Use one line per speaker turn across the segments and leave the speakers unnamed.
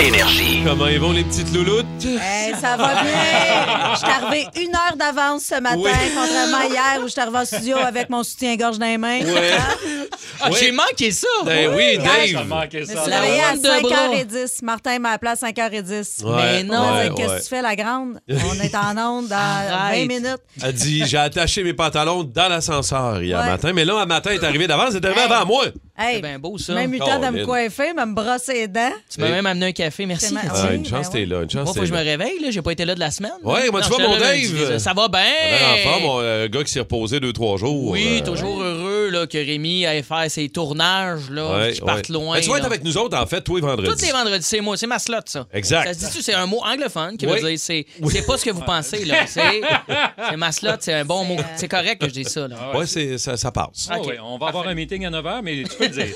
Énergie.
Comment ils vont les petites louloutes?
Hey, ça va bien. Je suis arrivée une heure d'avance ce matin,
Oui.
contrairement à hier où je suis arrivée en studio avec mon soutien-gorge dans les mains. Hein?
Ouais.
Ah,
Oui.
J'ai manqué ça.
Ben oui, Dave.
Je me
Ça,
suis
la
réveillée à
ronde de bras.
5h10. Martin m'a appelé à 5h10.
Ouais, Mais non.
On m'a dit,
ouais,
Qu'est-ce que
ouais.
tu fais, la grande? On est en onde dans 20
Arrête.
minutes.
Elle dit J'ai attaché mes pantalons dans l'ascenseur hier
Ouais.
matin, mais là, un matin, elle est arrivée d'avance, elle est arrivée
Hey.
avant moi.
Hey,
C'est bien beau, ça.
Même eu le temps de me
Colin.
coiffer, de me brosser les dents.
Tu m'as même amené un café, merci.
C'est ma-
Cathy.
Ah,
Ouais,
oui,
une chance,
ben
t'es là. Une chance,
Moi, faut
t'es
que je me
là.
réveille, là. J'ai pas été là de la semaine.
Ouais, moi, tu
Non,
vas,
je
mon
te l'avais
Dave.
dit, Ça va bien.
Ben, en forme, un gars qui s'est reposé deux, trois jours.
Oui,
euh,
toujours heureux là, que Rémi aille faire ses tournages, là,
ouais,
qu'il
ouais.
parte loin.
Ben, tu vas être
là.
avec nous autres, en fait, tous les vendredis.
Tous les vendredis, c'est moi, c'est ma slot, ça.
Exact.
Ça se dit-tu, c'est un mot anglophone qui
Oui.
veut dire c'est c'est pas ce que vous pensez, là. C'est c'est ma slot, c'est un bon mot. C'est correct que je dis ça, là.
Ouais, c'est- ça, ça passe.
Ah ouais, on va avoir un meeting à 9h, mais tu peux le dire.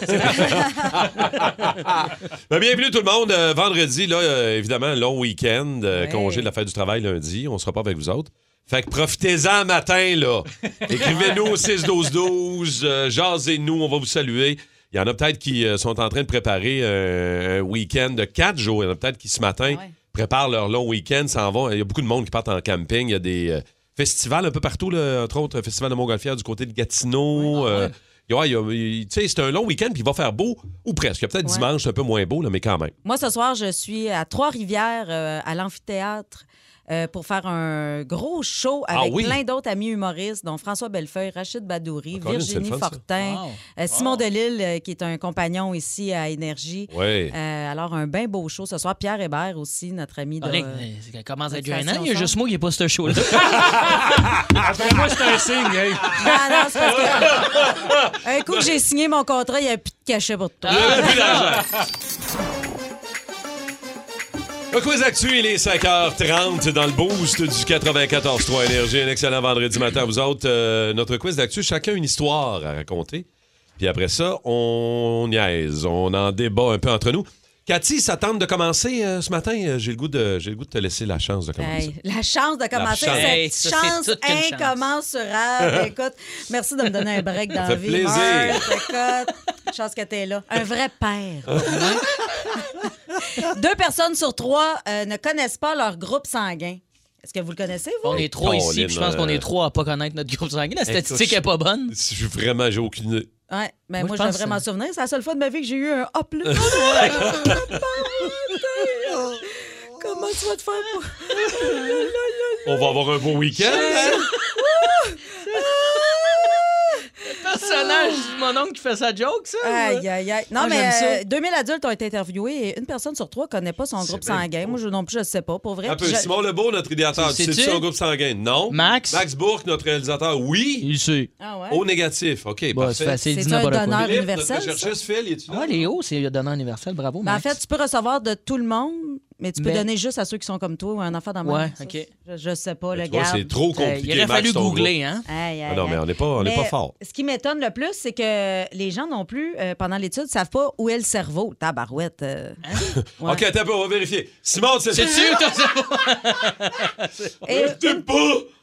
Ben, bienvenue tout le monde. Euh, vendredi, là, euh, évidemment, long week-end, euh,
Ouais.
congé de la fête du travail lundi. On sera pas avec vous autres. Fait que profitez-en matin, là. Écrivez-nous au 6-12-12. euh, Jasez-nous, on va vous saluer. Il y en a peut-être qui euh, sont en train de préparer euh, un week-end de quatre jours. Il y en a peut-être qui, ce matin,
Ouais.
préparent leur long week-end, s'en vont. Il y a beaucoup de monde qui partent en camping. Il y a des euh, festivals un peu partout, là, entre autres, le festival de Montgolfière du côté de Gatineau. euh, ouais, il y a- il- tu sais, c'est un long week-end, puis il va faire beau, ou presque. Il y a peut-être
Ouais.
dimanche, c'est un peu moins beau, là, mais quand même.
Moi, ce soir, je suis à Trois-Rivières, euh, à l'amphithéâtre, euh, pour faire un gros show
Ah
avec
oui?
plein d'autres amis humoristes, dont François Bellefeuille, Rachid Badouri,
Encore une, c'est le
Virginie
fun, ça.
Fortin,
Wow.
euh, Simon Delille, euh, qui est un compagnon ici à Énergie.
Oui.
Euh, alors, un bien beau show ce soir. Pierre Hébert aussi, notre ami de...
Correct, mais ça commence à être
Station
gênant. Il y a
Centre.
juste moi qui n'ai pas ce show-là.
Après moi, c'est un signe. hey.
Ah non, c'est parce que- un coup que j'ai signé mon contrat, il n'y a plus de cachet pour toi.
Ah, Le quiz actu, il est 5h30 dans le boost du 94-3 Énergie. Un excellent vendredi matin à vous autres. Euh, notre quiz d'actu, chacun une histoire à raconter. Puis après ça, on niaise, on en débat un peu entre nous. Cathy, ça tente de commencer euh, ce matin. Euh, J'ai le, goût de, j'ai le goût de te laisser la chance de commencer.
Hey, la chance de commencer
chance.
cette
Hey, ça, c'est
chance
toute qu'une chance.
incommensurable. Écoute, merci de me donner un break dans
fait
la vie.
plaisir.
Marthe, écoute, chance que t'es là. Un vrai père. Deux personnes sur trois euh, ne connaissent pas leur groupe sanguin. Est-ce que vous le connaissez, vous?
On est trois
Colin,
ici, puis je pense qu'on
euh,
est trois à pas connaître notre groupe sanguin. La statistique
je-
est pas bonne.
Je suis vraiment, j'ai aucune.
Ouais, mais
Moi,
moi,
je
je
pense,
devrais m'en
euh,
souvenir. C'est la seule fois de ma vie que j'ai eu un A. Comment tu vas te faire pour.
On va avoir un beau week-end. hein?
Personnage de mon oncle qui fait sa joke, ça.
Aïe, aïe, aïe. Non,
Ah,
Moi,
mais
j'aime ça.
euh, 2000 adultes ont été interviewés et une personne sur trois connaît pas son groupe sanguin. Moi, je, non plus, je ne sais pas, pour vrai.
Un peu.
Puis je-
Simon Lebeau, notre idéateur. Tu
C'est-
sais-tu
c'est-tu?
son groupe sanguin? Non.
Max?
Max Bourque, notre réalisateur. Oui.
Il sait.
Ah ouais?
Au négatif, OK,
Bah,
parfait.
c'est facile,
C'est
dis
un
n'importe quoi.
donneur.
Philippe,
universel,
notre chercheuse, Phil, est tu
Ah, Léo, c'est le donneur universel. Bravo,
Ben, en
Max.
fait, tu peux recevoir de tout le monde, mais tu peux
Mais-
donner juste à ceux qui sont comme toi ou un enfant dans le
Ouais,
monde. Ça,
ok.
Je, je sais pas, le
Tu vois,
gars.
c'est trop
Euh,
compliqué,
il aurait
Max,
fallu
ton
googler, hein?
groupe.
Aïe,
Ah
aïe,
non, mais on
aïe.
n'est pas, on n'est pas
Mais
fort.
Ce qui m'étonne le plus, c'est que les gens non plus, euh, pendant l'étude, savent pas où est le cerveau. Tabarouette. euh.
Hein?
Ouais.
OK, attends un peu, on va vérifier. Simon, c'est...
C'est sûr, t'as ça.
Et-
C'est pas...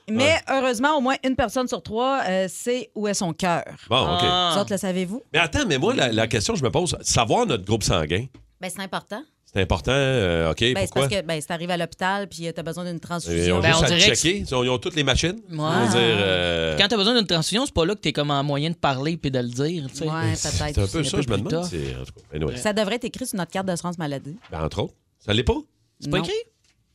mais heureusement, au moins une personne sur trois euh, sait où est son cœur.
Bon, OK.
Ah.
Vous autres, le savez-vous?
Mais attends, mais moi, la, la question que je me pose, savoir notre groupe sanguin,
Ben, c'est important.
c'est important, euh, OK,
Ben, c'est
pourquoi?
parce que ben, si t'arrives à l'hôpital puis tu as besoin d'une
Ils
transfusion.
ont
Ben,
juste
on
à
dirait que
checker. Ils ont, ils ont toutes les machines. Je
Ouais.
veux dire, euh,
Quand t'as besoin d'une transfusion, c'est pas là que t'es comme en moyen de parler puis de le dire, tu sais.
Ouais,
c'est un
peut-être.
peu
aussi,
ça,
un peu
je me
plus
demande.
tough.
si- en tout cas, anyway.
Ça devrait être écrit sur notre carte d'assurance maladie.
Ben, entre autres, ça l'est pas?
C'est pas
Non.
écrit?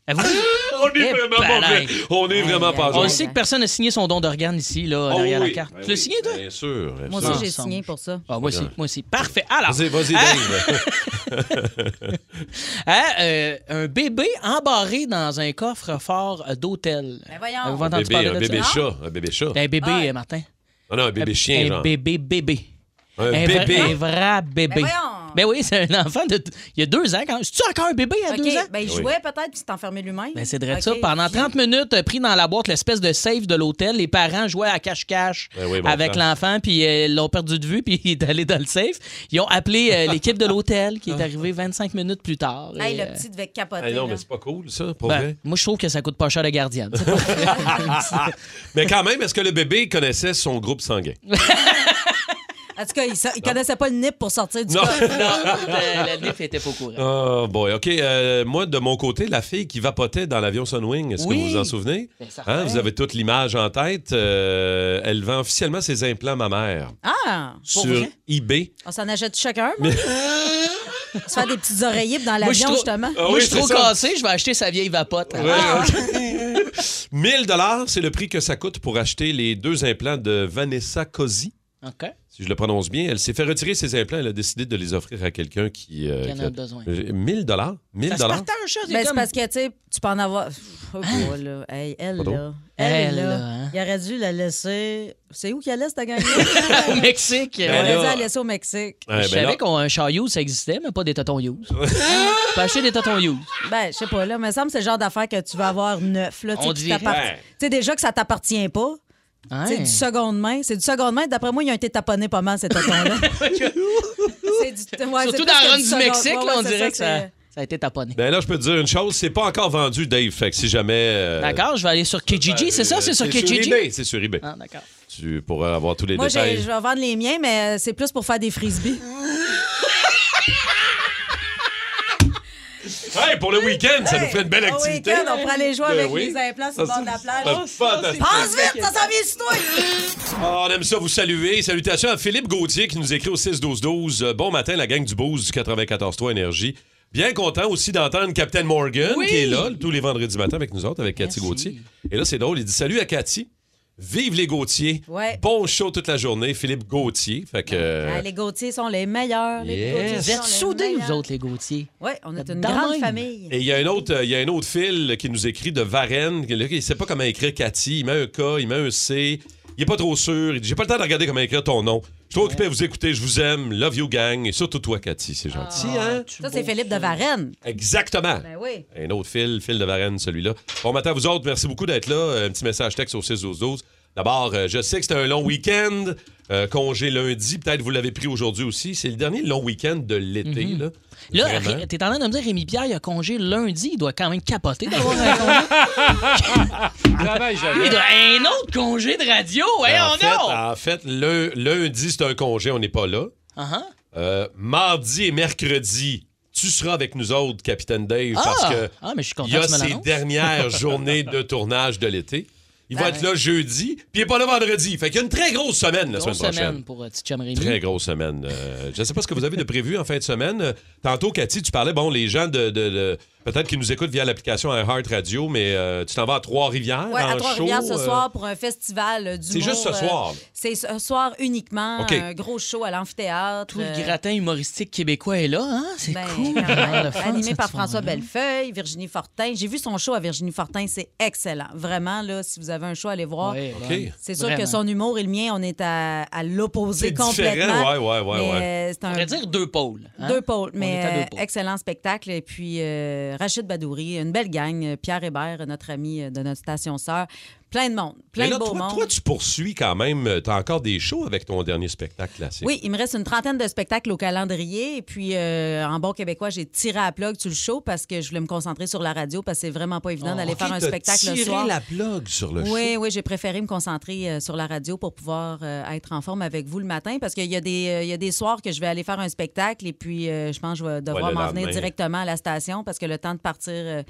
Avoue.
On
Eh, pareil.
On est
Aïe,
vraiment
aïe,
pas
aïe.
On
à
le
jour.
sait que personne n'a signé son don d'organe ici, là,
Oh,
derrière
oui.
la carte.
Ben
tu l'as
oui,
signé, toi?
Bien sûr, bien
Moi
sûr.
aussi, j'ai
Ensemble.
signé pour ça.
Ah, moi aussi, moi aussi. Parfait. Alors,
Vas-y, vas-y,
Ah.
Dave.
hein, euh, un bébé embarré dans un coffre-fort d'hôtel.
Ben voyons.
Avez-vous entendu
Un bébé,
parler
un
de
bébé
ça?
chat, un bébé chat.
Ben, Un bébé,
Ah.
euh, Martin. Euh,
Non, non, un bébé chien,
un
genre.
bébé bébé.
Un
Un, vrai-
bébé.
un vrai bébé.
Ben voyons.
Ben oui, c'est un enfant de. Il y a deux ans quand même. C'est-tu encore un bébé à
OK,
deux ans?
ben il
Oui.
jouait peut-être, puis s'est enfermé lui-même.
Ben, c'est vrai
OK.
ça. Pendant 30 minutes, euh, pris dans la boîte, l'espèce de safe de l'hôtel, les parents jouaient à cache-cache
Ben oui, mon
avec
frère.
l'enfant, puis euh, ils l'ont perdu de vue, puis il est allé dans le safe. Ils ont appelé euh, l'équipe de l'hôtel, qui est arrivée 25 minutes plus tard.
Hey,
Et,
le
euh,
petit devait capoter.
Hey, non,
là.
mais c'est pas cool, ça, pour
ben,
vrai.
moi, je trouve que ça coûte pas cher le gardien. C'est pas vrai.
Mais quand même, est-ce que le bébé connaissait son groupe sanguin?
En tout cas, il, sa- il connaissait pas le nip pour sortir du
Non.
corps.
Euh, le NIF était pas au courant.
Oh boy, OK. euh, moi, de mon côté, la fille qui vapotait dans l'avion Sunwing, est-ce que
Oui.
vous vous en souvenez?
Ben, certain.
Hein, vous avez toute l'image en tête. euh, elle vend officiellement ses implants mammaires
Ah!
sur
vrai?
eBay.
On s'en achète chacun, moi. Se faire des petites oreillers dans
Moi, je
l'avion,
trouve-
justement.
Ah
Moi,
oui,
je suis trop
c'est ça.
cassé, je vais acheter sa vieille vapote.
Ouais, ok. 1000 dollars, c'est le prix que ça coûte pour acheter les deux implants de Vanessa Cosi.
OK.
Si je le prononce bien, elle s'est fait retirer ses implants. Elle a décidé de les offrir à quelqu'un qui. euh,
Qui en
qui a-
a besoin.
1000 dollars, 1000
Ça se
dollars.
partage, ça, c'est
Mais Ben, c'est
comme-
parce que, tu sais, tu peux en avoir. Pff, oh, quoi, là. Hey, elle,
Pardon?
là. Elle,
Elle,
là.
là, hein.
Il aurait dû la laisser. C'est où qu'elle laisse, ta gang?
au Mexique.
Il
Ben
ouais.
aurait dû
là-
la laisser au Mexique.
Ouais, ben
je
là-
savais qu'un char use, ça existait, mais pas des tontons use. Tu peux acheter des tontons use.
Ben, je sais pas, là. Mais me semble que c'est le genre d'affaire que tu vas avoir neuf, là. Tu sais,
On
qui
dirait.
t'appart-
Ouais.
Tu sais, déjà que ça t'appartient pas. C'est
Hein?
du seconde main. C'est du seconde main. D'après moi, ils ont été taponnés pas mal, ces tontons-là. C'est du- ouais, c'est
Surtout
plus
dans
que
la run du
seconde-
Mexique,
ouais,
là, on
ouais, c'est
dirait que ça,
c'est-
ça a été taponné.
Ben là, je peux te dire une chose, c'est pas encore vendu, Dave. Fait que si jamais. euh,
D'accord, je vais aller sur Kijiji, c'est ça? C'est sur Kijiji?
eBay, C'est sur eBay.
Ah, d'accord.
Tu pourras avoir tous les
Moi, j'ai-
détails.
je vais vendre les miens, mais euh, c'est plus pour faire des frisbees.
Hey, pour le week-end, ça nous ferait une belle
Ah, Au
activité.
week-end, on prend les jouets
Ben
avec
oui.
les implants sur le
Ça,
bord de la
c'est-
plage.
c'est fantastique.
Pense vite, ça s'en vient sur toi!
Ah, on aime ça vous saluer. Salutations à Philippe Gauthier qui nous écrit au 6-12-12. Euh, Bon matin, la gang du Bose du 94-3 Énergie. Bien content aussi d'entendre Captain Morgan
Oui.
qui est là tous les vendredis matin avec nous autres, avec Cathy
Merci.
Gauthier. Et là, c'est drôle, il dit salut à Cathy. Vive les Gauthier.
Ouais.
Bon show toute la journée, Philippe Gauthier. Fait que. euh,
Ah, les Gauthier sont les meilleurs. Les
Yes.
Gauthier
Vous êtes
sont les
soudés,
meilleurs.
vous autres, les Gauthier.
Oui, on est une
Dans
grande
même.
famille.
Et il y a un autre, euh, il y a un autre fil qui nous écrit de Varennes. Là, Il sait pas comment écrire Cathy. Il met un K, il met un C. Il est pas trop sûr. Il dit j'ai pas le temps de regarder comment écrire ton nom. Je suis trop occupé à vous écouter. Je vous aime. Love you gang. Et surtout toi, Cathy. C'est gentil, hein?
Ça, c'est Philippe de Varennes.
Exactement.
Ben oui.
Un autre fil, fil de Varennes, celui-là. Bon matin à vous autres. Merci beaucoup d'être là. Euh, Un petit message texte au 6 12 12. D'abord, euh, je sais que c'était un long week-end. euh, congé lundi. Peut-être vous l'avez pris aujourd'hui aussi. C'est le dernier long week-end de l'été, là.
Là,
Vraiment.
Ré- t'es en train de me dire, Rémi Pierre, il a congé lundi, il doit quand même capoter d'avoir un congé.
Travaille jamais.
Il doit un autre congé de radio, hein,
Ben, en,
on
fait, en fait, le- lundi, c'est un congé, on n'est pas là.
ah.
Euh, mardi et mercredi, tu seras avec nous autres, Capitaine Dave,
Ah!
parce que
Ah, mais je suis content
il y a
que tu me
ses
l'annonces.
dernières journées de tournage de l'été. Il va
Ben
être là jeudi, puis il n'est pas là vendredi. Fait qu'il y a une très grosse semaine la
Grosse
semaine prochaine.
semaine pour euh, petit chum Rémi.
Très grosse semaine. Euh, je ne sais pas ce que vous avez de prévu en fin de semaine. Euh, Tantôt, Cathy, tu parlais, bon, les gens de. de- de- Peut-être qu'ils nous écoutent via l'application Heart Radio, mais euh, tu t'en vas à Trois-Rivières.
Ouais,
en
à Trois-Rivières
show,
ce
euh,
soir pour un festival euh, d'humour.
C'est juste ce
euh,
soir.
C'est ce soir uniquement.
OK.
Un gros show à l'amphithéâtre.
Tout le
euh,
gratin humoristique québécois est là, hein? C'est
ben,
cool. Ah,
quand même.
Le fun,
Animé
cette
par François
soirée-là.
Bellefeuille, Virginie Fortin. J'ai vu son show à Virginie Fortin, c'est excellent. Vraiment, là, si vous avez un show, allez voir.
Ouais,
OK.
bonne.
C'est sûr que
Vraiment.
son humour et le mien, on est à, à l'opposé
C'est
complètement.
différent, ouais, ouais, ouais,
Mais,
ouais.
euh, C'est un
On pourrait dire deux pôles. hein?
Deux pôles,
On
mais
est à
euh,
deux pôles.
excellent spectacle. Et puis euh, Rachid Badouri, une belle gang. euh, Pierre Hébert, notre ami euh, de notre station sœur. Plein de monde, plein
Mais là,
de beau
toi,
monde.
toi, tu poursuis quand même. euh, T'as encore des shows avec ton dernier spectacle classique.
Oui, il me reste une trentaine de spectacles au calendrier. Et puis, euh, en bon québécois, j'ai tiré à plug sur le show parce que je voulais me concentrer sur la radio parce que c'est vraiment pas
Oh,
évident d'aller faire un spectacle le soir.
la blog sur le
Oui, oui, j'ai préféré me concentrer euh, sur la radio pour pouvoir euh, être en forme avec vous le matin parce qu'il y, a des, euh, il y a des soirs que je vais aller faire un spectacle et puis euh, je pense que je vais devoir
le
m'en
lendemain.
venir directement à la station parce que le temps de partir euh,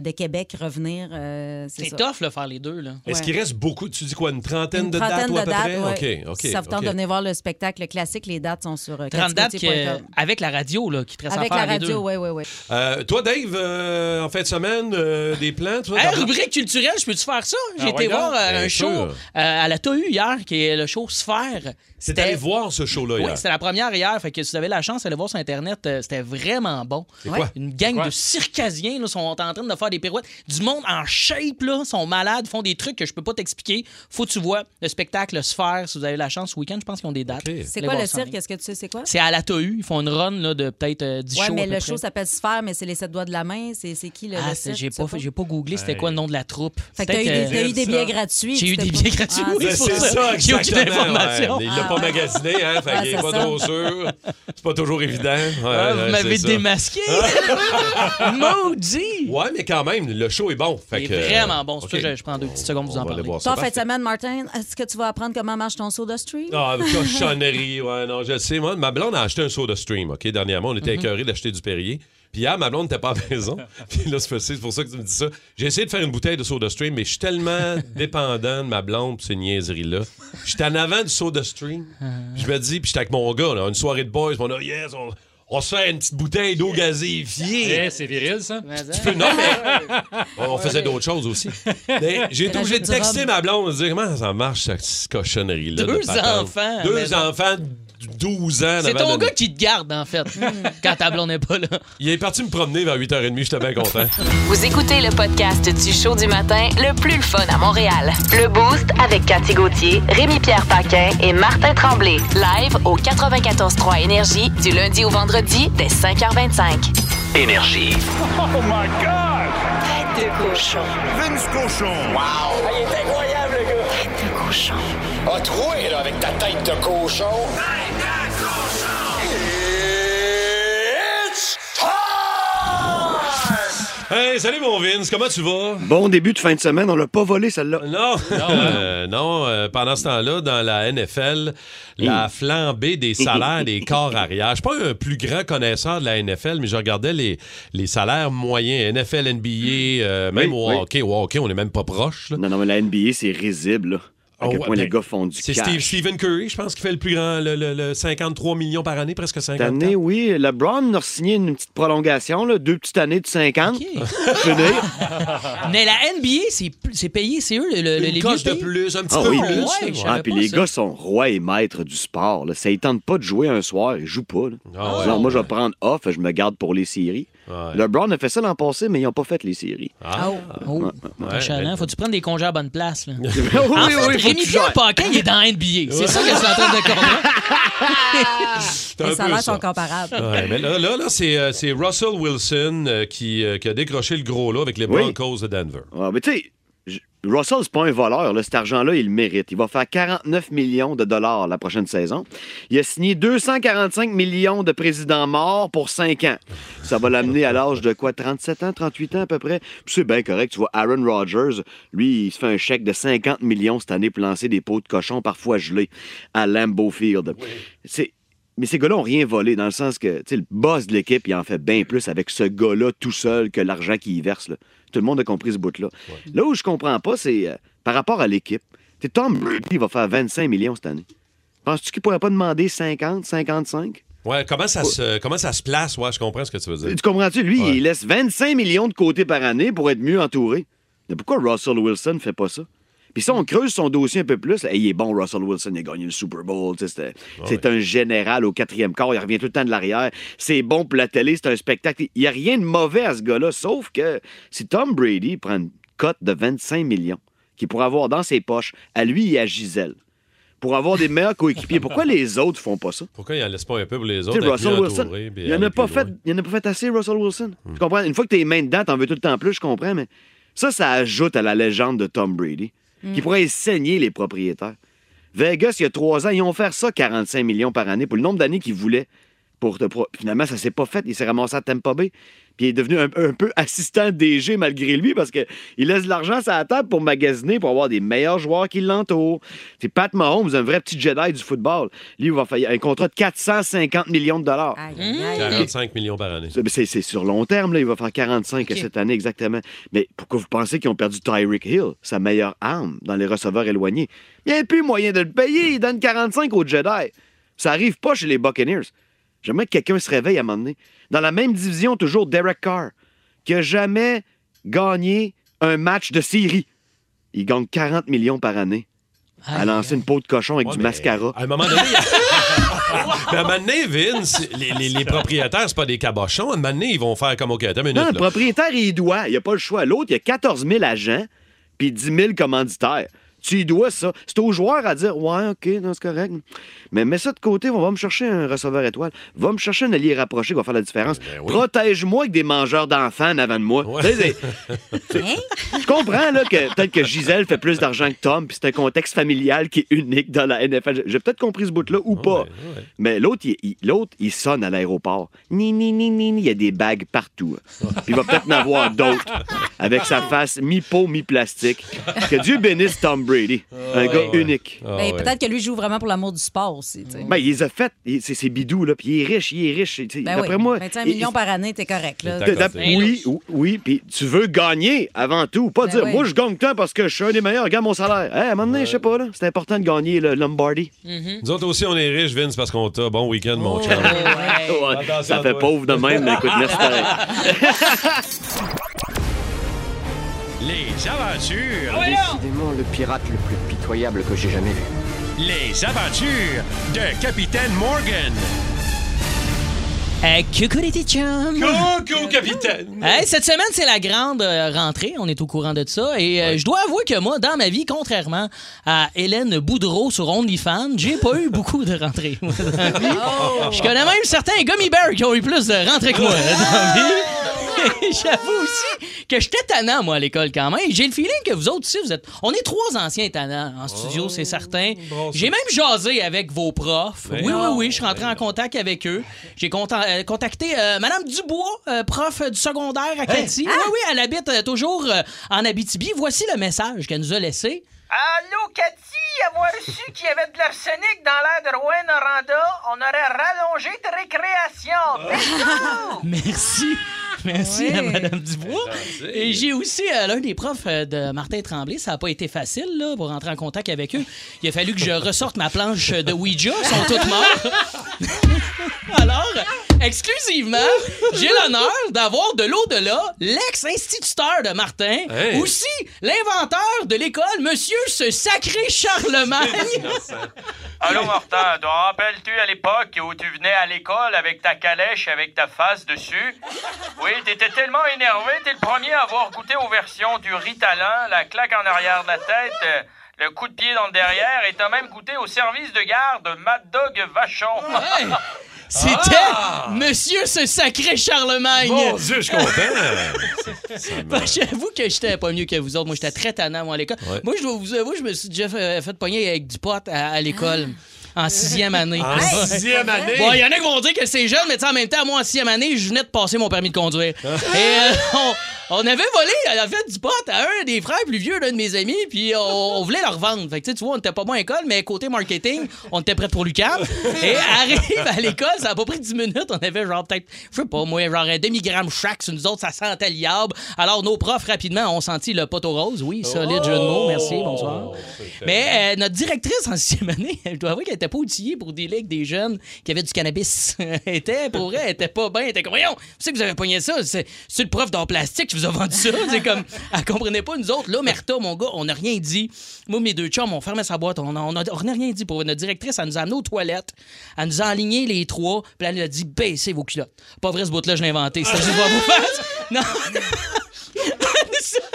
de Québec, revenir, euh, c'est
C'est
ça.
tough, là, faire les deux, là.
Est-ce
ouais.
qu'il reste beaucoup? Tu dis quoi, une trentaine
Une
de dates
trentaine
ou à
de
peu
dates,
près?
ouais.
OK, OK.
Si ça vous tente
OK.
de venir voir le spectacle classique, les dates sont sur euh,
30 dates que-
cathygauthier.com.
avec la radio, là, qui te reste
Avec
à
la
faire les deux.
radio, oui, oui, oui.
Euh, toi, Dave, euh, en fin de semaine, euh, des plans? toi,
Hey,
t'as-
rubrique culturelle, je peux-tu faire ça? J'ai
Ah, ouais,
été
donc.
voir euh,
Bien
un
sûr.
show euh, à la TAU hier, qui est le show Sphère.
C'est allé voir ce show-là
Oui,
hier.
c'était la première hier. Fait que si vous avez la chance d'aller voir sur Internet, euh, c'était vraiment bon.
C'est quoi?
Une gang
quoi?
de circassiens là, sont en train de faire faire des pirouettes. Du monde en shape, là, sont malades, font des trucs que je peux pas t'expliquer. Faut que tu vois le spectacle se faire si vous avez la chance. Ce week-end, je pense qu'ils ont des dates.
OK.
C'est
Allez
quoi
voir
le
ça en
cirque?
ligne.
Est-ce que tu sais c'est quoi?
C'est à la TAU. Ils font une run là, de peut-être euh, 10
Ouais,
shows. à
mais
peu
le
près.
show s'appelle Sphère, mais c'est les sept doigts de la main. C'est c'est qui le
Ah,
le
c'est-
cirque,
j'ai
tu sais
pas, j'ai pas googlé c'était
Hey.
quoi le nom de la troupe.
Fait que t'as
Peut-être,
eu, des-
euh,
t'as eu des
ça.
billets gratuits.
J'ai
tu
eu
t'es
des
pas-
billets gratuits,
Ah,
oui,
Ben,
c'est
pour
c'est
ça.
ça,
J'ai aucune
exactement,
information.
ouais. Il l'a
Ah,
pas
ouais.
magasiné, hein, fait
Ouais,
qu'il est
Ah, c'est
pas
ça.
trop sûr. C'est pas toujours évident. Ouais,
Ah,
ouais,
vous
c'est
m'avez
ça. Ah.
démasqué! Maudit!
Ouais, mais quand même, le show est bon. Fait
Il
que,
est
euh,
vraiment bon. C'est pour
ok.
ça que je prends deux petites secondes pour vous
On
en
va aller
parler.
voir ça.
Toi, en fin de
Parfait.
semaine, Martin, est-ce que tu vas apprendre comment marche ton soda stream?
Ah, cochonnerie, ouais, non, je le sais, moi. Ma blonde a acheté un soda stream, OK, dernièrement. On
Mhm.
était écœurés d'acheter du Perrier. Puis hier, ma blonde n'était pas à la maison. Puis là, c'est pour- c'est pour ça que tu me dis ça. J'ai essayé de faire une bouteille de soda stream, mais je suis tellement dépendant de ma blonde pour ces niaiseries-là. J'étais en avant du soda stream.
Ah.
Je me dis, puis j'étais avec mon gars, là, une soirée de boys, puis on a, yes, on, on se fait une petite bouteille d'eau gazéifiée.
Eh, c'est viril, ça.
Non, mais on faisait d'autres choses aussi. Mais J'ai été obligé de
Rajoute du
texter
rhum.
ma blonde de dire comment ça marche, cette cochonnerie-là. de
Deux
patente.
enfants, mais
Deux
non.
enfants, d- 12 ans. en
C'est
avant
ton
de-
gars qui te garde, en fait,
Hmm.
quand ta blonde n'est pas là.
Il est parti me promener vers 8h30, j'étais bien content.
Vous écoutez le podcast du show du matin le plus le fun à Montréal. Le Boost avec Cathy Gauthier, Rémi-Pierre Paquin et Martin Tremblay. Live au 94.3 Énergie du lundi au vendredi dès 5h25.
Énergie.
Vince Cochon. Wow!
Ah, Il est incroyable, le gars! Tête de cochon.
A troué, là, avec ta tête de cochon. It's time!
hey, salut mon Vince, comment tu vas?
Bon début de fin de semaine, on l'a pas volé celle-là.
Non,
hein?
Euh, non euh, pendant ce temps-là, dans la NFL,
Mm.
la flambée des salaires des corps arrière. Je suis pas un plus grand connaisseur de la NFL, mais je regardais les, les salaires moyens. NFL, NBA, euh, même
Oui,
au
oui.
hockey. Au hockey, on n'est même pas proche. là.
Non, non, mais la NBA, c'est risible. là. À
Oh,
quel
ouais,
point
mais
les gars font du
C'est
cash.
Steve, Stephen Curry, je pense, qui fait le plus grand, le, le- le 53 millions par année, presque
Cette
50
année, oui, LeBron a signé une petite prolongation, là, deux petites années de 50.
Ah,
OK.
pour finir.
Mais la NBA, c'est p- c'est payé, c'est eux, le, le- les
Une coche de
mieux payés.
plus, un petit
Ah
peu
oui,
plus.
ouais, je savais
Ah, puis
pas
les
ça.
gars sont rois et maîtres du sport. Là. Ça ne tente pas de jouer un soir, ils jouent pas. là.
Ah ouais.
Non, moi, je vais prendre off, je me garde pour les séries.
Ouais.
LeBron a fait ça l'an passé, mais ils n'ont pas fait les séries.
Ah. Ben,
Oh,
Ouais,
chalant.
mais-
Faut-tu prendre des congés à bonne place, là?
oui,
En fait,
faut que tu
Rémi-Pierre
gères.
Paquin, il est dans NBA. C'est ça que je suis en train de comprendre.
un
Les
peu
salaires
ça. Ah.
sont comparables.
Ouais, mais là, là, là, c'est, euh, c'est Russell Wilson euh, qui, euh, qui a décroché le gros lot avec les
Oui.
Broncos de Denver.
Ouais, Ah, mais tu sais, j- Russell, c'est pas un voleur. là. Cet argent-là, il le mérite. Il va faire 49 millions de dollars la prochaine saison. Il a signé 245 millions de présidents morts pour 5 ans. Ça va l'amener à l'âge de quoi? 37 ans, 38 ans à peu près? Puis c'est bien correct. Tu vois, Aaron Rodgers, lui, il se fait un chèque de 50 millions cette année pour lancer des pots de cochon, parfois gelés, à Lambeau Field. C'est... Mais ces gars-là n'ont rien volé, dans le sens que tu sais, le boss de l'équipe, il en fait bien plus avec ce gars-là tout seul que l'argent qu'il y verse. là. Tout le monde a compris ce bout-là. Là où je comprends pas, c'est euh, par rapport à l'équipe. Tu sais, Tom Brady il va faire 25 millions cette année. Penses-tu qu'il pourrait pas demander 50, 55?
Ouais, comment ça se, comment ça se place? Ouais, je comprends ce que tu veux dire.
Tu comprends-tu? Lui,
Ouais.
il laisse 25 millions de côté par année pour être mieux entouré. Mais pourquoi Russell Wilson fait pas ça? Puis si on creuse son dossier un peu plus, là, hey, il est bon, Russell Wilson, il a gagné le Super Bowl. tu sais,
Ah
C'est c'est un général au quatrième quart, il revient tout le temps de l'arrière. C'est bon pour la télé, c'est un spectacle. Il n'y a rien de mauvais à ce gars-là, sauf que si Tom Brady prend une cote de 25 millions qu'il pourrait avoir dans ses poches, à lui et à Gisèle, pour avoir des meilleurs coéquipiers, pourquoi les autres font pas ça?
Pourquoi il en laisse pas un peu pour les
Tu
autres?
sais,
être
Russell
mieux
Wilson,
entourés, puis
il en
aller
a pas
plus
fait,
loin?
il en a pas fait assez, Russell Wilson.
Hmm.
Tu comprends? Une fois que t'es mains dedans, t'en veux tout le temps plus, je comprends, mais ça, ça ajoute à la légende de Tom Brady, qui pourrait saigner les propriétaires. Vegas, il y a trois ans, ils ont fait ça, 45 millions par année, pour le nombre d'années qu'ils voulaient. Pour te pro- Finalement, ça s'est pas fait. Il s'est ramassé à Tampa Bay. Puis il est devenu un, un peu assistant DG malgré lui parce qu'il laisse de l'argent sur la table pour magasiner, pour avoir des meilleurs joueurs qui l'entourent. C'est Pat Mahomes, un vrai petit Jedi du football. Lui, il va faire un contrat de 450 millions de dollars.
Aïe, aïe, aïe.
45 millions par année.
Ça, ben, C'est c'est sur long terme, là. il va faire 45
Ok.
cette année exactement. Mais pourquoi vous pensez qu'ils ont perdu Tyreek Hill, sa meilleure arme, dans les receveurs éloignés? Il n'y a plus moyen de le payer, il donne 45 aux Jedi. Ça arrive pas chez les Buccaneers. Jamais que quelqu'un se réveille à un moment donné. Dans la même division, toujours Derek Carr, qui a jamais gagné un match de série. Il gagne Ah 40 millions par année à lancer une peau de cochon avec
Ouais,
du
mais
mascara.
À un moment donné, il y a- Mais à un moment donné, Vince, les, les- les propriétaires, c'est pas des cabochons. À un moment donné, ils vont faire comme OK, attends une minute.
Non, le
là.
propriétaire, il doit. Il n'y a pas le choix. L'autre, il y a 14 000 agents puis 10 000 commanditaires. Tu y dois ça. C'est au joueur à dire Ouais, OK, non, c'est correct. Mais mets ça de côté, on va me chercher un receveur étoile. Va me chercher un allié rapproché qui va faire la différence.
Eh ben
Protège-moi avec des mangeurs d'enfants en avant de moi. Tu sais, c'est- Je comprends là, que peut-être que Gisèle fait plus d'argent que Tom, puis c'est un contexte familial qui est unique dans la NFL. J'ai peut-être compris ce bout-là
Ah
ou pas. Mais l'autre, il, il- l'autre, il sonne à l'aéroport. Ni, ni, ni, ni, ni. Il y a des bagues partout. Puis il va peut-être en avoir d'autres avec sa face mi-peau, mi-plastique. Que Dieu bénisse Tom Brady. Un
Ah ouais,
gars
ouais.
unique.
Ben, Peut-être que lui joue vraiment pour l'amour du sport aussi. tu sais.
Ben, il les a fait. Il- C'est c'est bidou, là. Puis il est riche, il est riche. tu sais.
Ben
D'après
oui.
moi.
Ben, tu sais, un
il-
million par année, t'es correct. Là.
T'as- t'as- Oui, ou- oui, puis tu veux gagner avant tout, pas
Ben
dire
oui.
moi je gagne tant parce que je suis un des meilleurs, regarde mon salaire. Eh, à un moment donné, je sais pas là, c'est important de gagner le Lombardi.
Nous autres aussi, on est riches, Vince, parce qu'on t'a. Bon week-end, mon chum.
Ben
Ouais,
Attention à
ça fait
toi.
pauvre de même, mais écoute, merci pareil.
Les aventures,
Décidément le pirate le plus pitoyable que j'ai jamais vu.
les aventures de Capitaine Morgan.
Euh, coucou les petits chums!
Coucou, capitaine!
Hey, cette semaine, c'est la grande euh, rentrée. On est au courant de ça. Et euh, je dois avouer que moi, dans ma vie, contrairement à Hélène Boudreau sur OnlyFans, j'ai pas eu beaucoup de rentrées. moi, dans la vie.
Oh.
Je connais même certains gummy bears qui ont eu plus de rentrées que moi là, dans la vie. Et J'avoue aussi que j'étais tannant, moi, à l'école quand même. J'ai le feeling que vous autres aussi, vous êtes. On est trois anciens tannants en studio, c'est certain. J'ai même jasé avec vos profs. oui, oui, oui, je suis rentré en contact avec eux. J'ai conta- euh, contacté euh, Madame Dubois, euh, prof euh, du secondaire à Cathy. Oui, oui, elle habite euh, toujours euh, en Abitibi. Voici le message qu'elle nous a laissé.
Allô, Cathy, avoir su qu'il y avait de l'arsenic dans l'air de Rouen-Noranda, on aurait rallongé de récréation. Bisous!
Merci. Merci à Mme Dubois. Et j'ai aussi euh, l'un des profs euh, de Martin Tremblay. Ça n'a pas été facile là, pour rentrer en contact avec eux. Il a fallu que je ressorte ma planche de Ouija. Ils sont toutes morts. Alors, exclusivement, j'ai l'honneur d'avoir de l'au-delà l'ex-instituteur de Martin,
Hey.
aussi l'inventeur de l'école, Monsieur ce sacré Charlemagne.
Allô, Martin, te rappelles-tu à l'époque où tu venais à l'école avec ta calèche avec ta face dessus? Oui, t'étais tellement énervé, t'es le premier à avoir goûté aux versions du Ritalin, la claque en arrière de la tête, euh, le coup de pied dans le derrière, et t'as même goûté au service de garde de Mad Dog Vachon.
Hey, C'était Monsieur ce sacré Charlemagne.
Mon Dieu, je suis content! Ça me-
Ben, J'avoue que j'étais pas mieux que vous autres. Moi, j'étais très tannant, moi, à l'école.
Ouais.
Moi, je dois vous avouer, je me suis déjà fait, fait pogner avec du pot à, à l'école en sixième année.
En
Ouais.
sixième année!
Bon, il y en a qui vont dire que c'est jeune, mais tu sais, en même temps, moi, en sixième année, je venais de passer mon permis de conduire. Et euh, on, on avait volé, en fait, du pot à un des frères plus vieux d'un de mes amis, puis on, on voulait le revendre. Fait que, tu sais, tu vois, on était pas bon à l'école, mais côté marketing, on était prêts pour Lucas. Et arrive à l'école, ça a pas pris 10 minutes, on avait genre peut-être, je sais pas, moi, genre un demi-gramme chaque sur nous autres, ça sentait liable. Alors, nos profs, rapidement, ont senti le poteau rose. Oui, solide jeu de mots, merci, bonsoir. Mais euh, notre directrice en sixième année, je dois avouer qu'elle était pas outillée pour des ligues des jeunes qui avaient du cannabis. elle était, pour vrai, elle était pas bien. Elle était comme, voyons, c'est que vous avez pogné ça. C'est c'est le prof d'art plastique qui vous a vendu ça. C'est comme, elle comprenait pas, nous autres. Là, Merta, mon gars, on n'a rien dit. Moi, mes deux chums, on fermait sa boîte. On n'a on a- on a rien dit pour notre directrice. Elle nous a amenés aux toilettes. Elle nous a alignés les trois. Puis elle nous a dit, baissez vos culottes. Pas vrai, ce bout-là, je l'ai inventé. C'était juste voir vos faces. Non.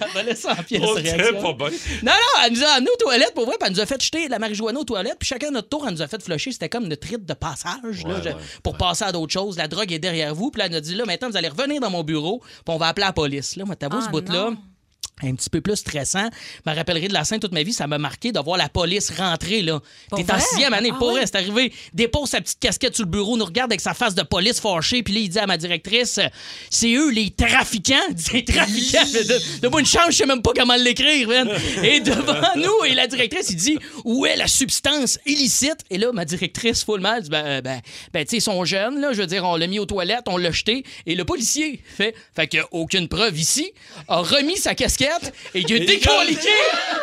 Elle m'a laissé en pièces
On
réaction.
dirait pas bien.
Non, non, elle nous a amenés aux toilettes pour vrai, puis elle nous a fait jeter de la marijuana aux toilettes, puis chacun à notre tour, elle nous a fait flusher. C'était comme notre rite de passage, là, je- pour passer à d'autres choses. La drogue est derrière vous, puis là, elle nous a dit, là, maintenant, vous allez revenir dans mon bureau, puis on va appeler la police. Là, moi, t'as beau ce
Ah,
bout-là.
non.
Un petit peu plus stressant. Je me rappellerai de la scène toute ma vie. Ça m'a marqué de voir la police rentrer. là.
Pour
T'es en
vrai?
sixième année.
Ah
pour
oui?
vrai, c'est arrivé. Dépose sa petite casquette sur le bureau, nous regarde avec sa face de police fâchée. Puis là, il dit à ma directrice euh, C'est eux les trafiquants. Il dit, Les trafiquants. De, de moi, une chance, je sais même pas comment l'écrire. man. Et devant nous, et la directrice, il dit Où est la substance illicite Et là, ma directrice, full mal, dit Ben, euh, ben, ben, tu sais, ils sont jeunes, là. Je veux dire, on l'a mis aux toilettes, on l'a jeté. Et le policier fait Fait qu'il n'y a aucune preuve ici, a remis sa casquette et il a décolliqué.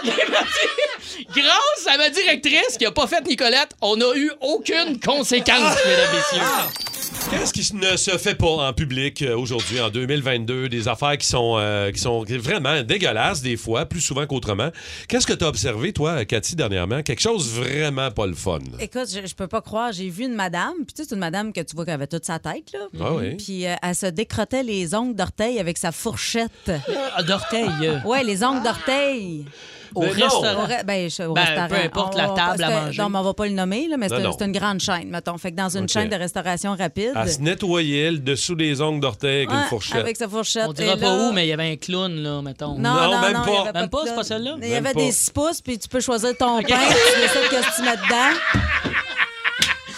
Il est parti. Grâce à ma directrice qui a pas fait Nicolette, on n'a eu aucune conséquence, mesdames, messieurs.
Qu'est-ce qui ne se fait pas en public euh, aujourd'hui, en 2022, des affaires qui sont, euh, qui sont vraiment dégueulasses des fois, plus souvent qu'autrement? Qu'est-ce que tu as observé, toi, Cathy, dernièrement? Quelque chose vraiment pas le fun. là.
Écoute, je, je peux pas croire. J'ai vu une madame, puis tu sais, c'est une madame que tu vois qui avait toute sa tête, là.
Ah oui.
Puis euh, elle se décrottait les ongles d'orteil avec sa fourchette.
Ah, D'orteil. euh,
Ouais, les ongles d'orteil.
Au Ben non. restaurant.
Au re- ben, je- au
Ben,
restaurant.
peu importe
On
la
va
table
pas-
à
c'est-
manger.
Non, mais on va pas le nommer, là, mais
Non,
c'est
non.
c'est une grande chaîne, mettons. Fait que dans une
OK.
chaîne de restauration rapide.
Elle se nettoyait le dessous des ongles d'orteil avec
Ouais,
une fourchette.
Avec sa fourchette.
On dira
Et
pas
là-
où, mais il y avait un clown, là, mettons.
Non, non, non,
même
il y
pas.
avait
Même
de
pas, c'est
clown.
pas celle-là?
Il y
Même
avait
pas.
des six pouces, puis tu peux choisir ton pain, tu décides qu'est-ce que tu mets dedans.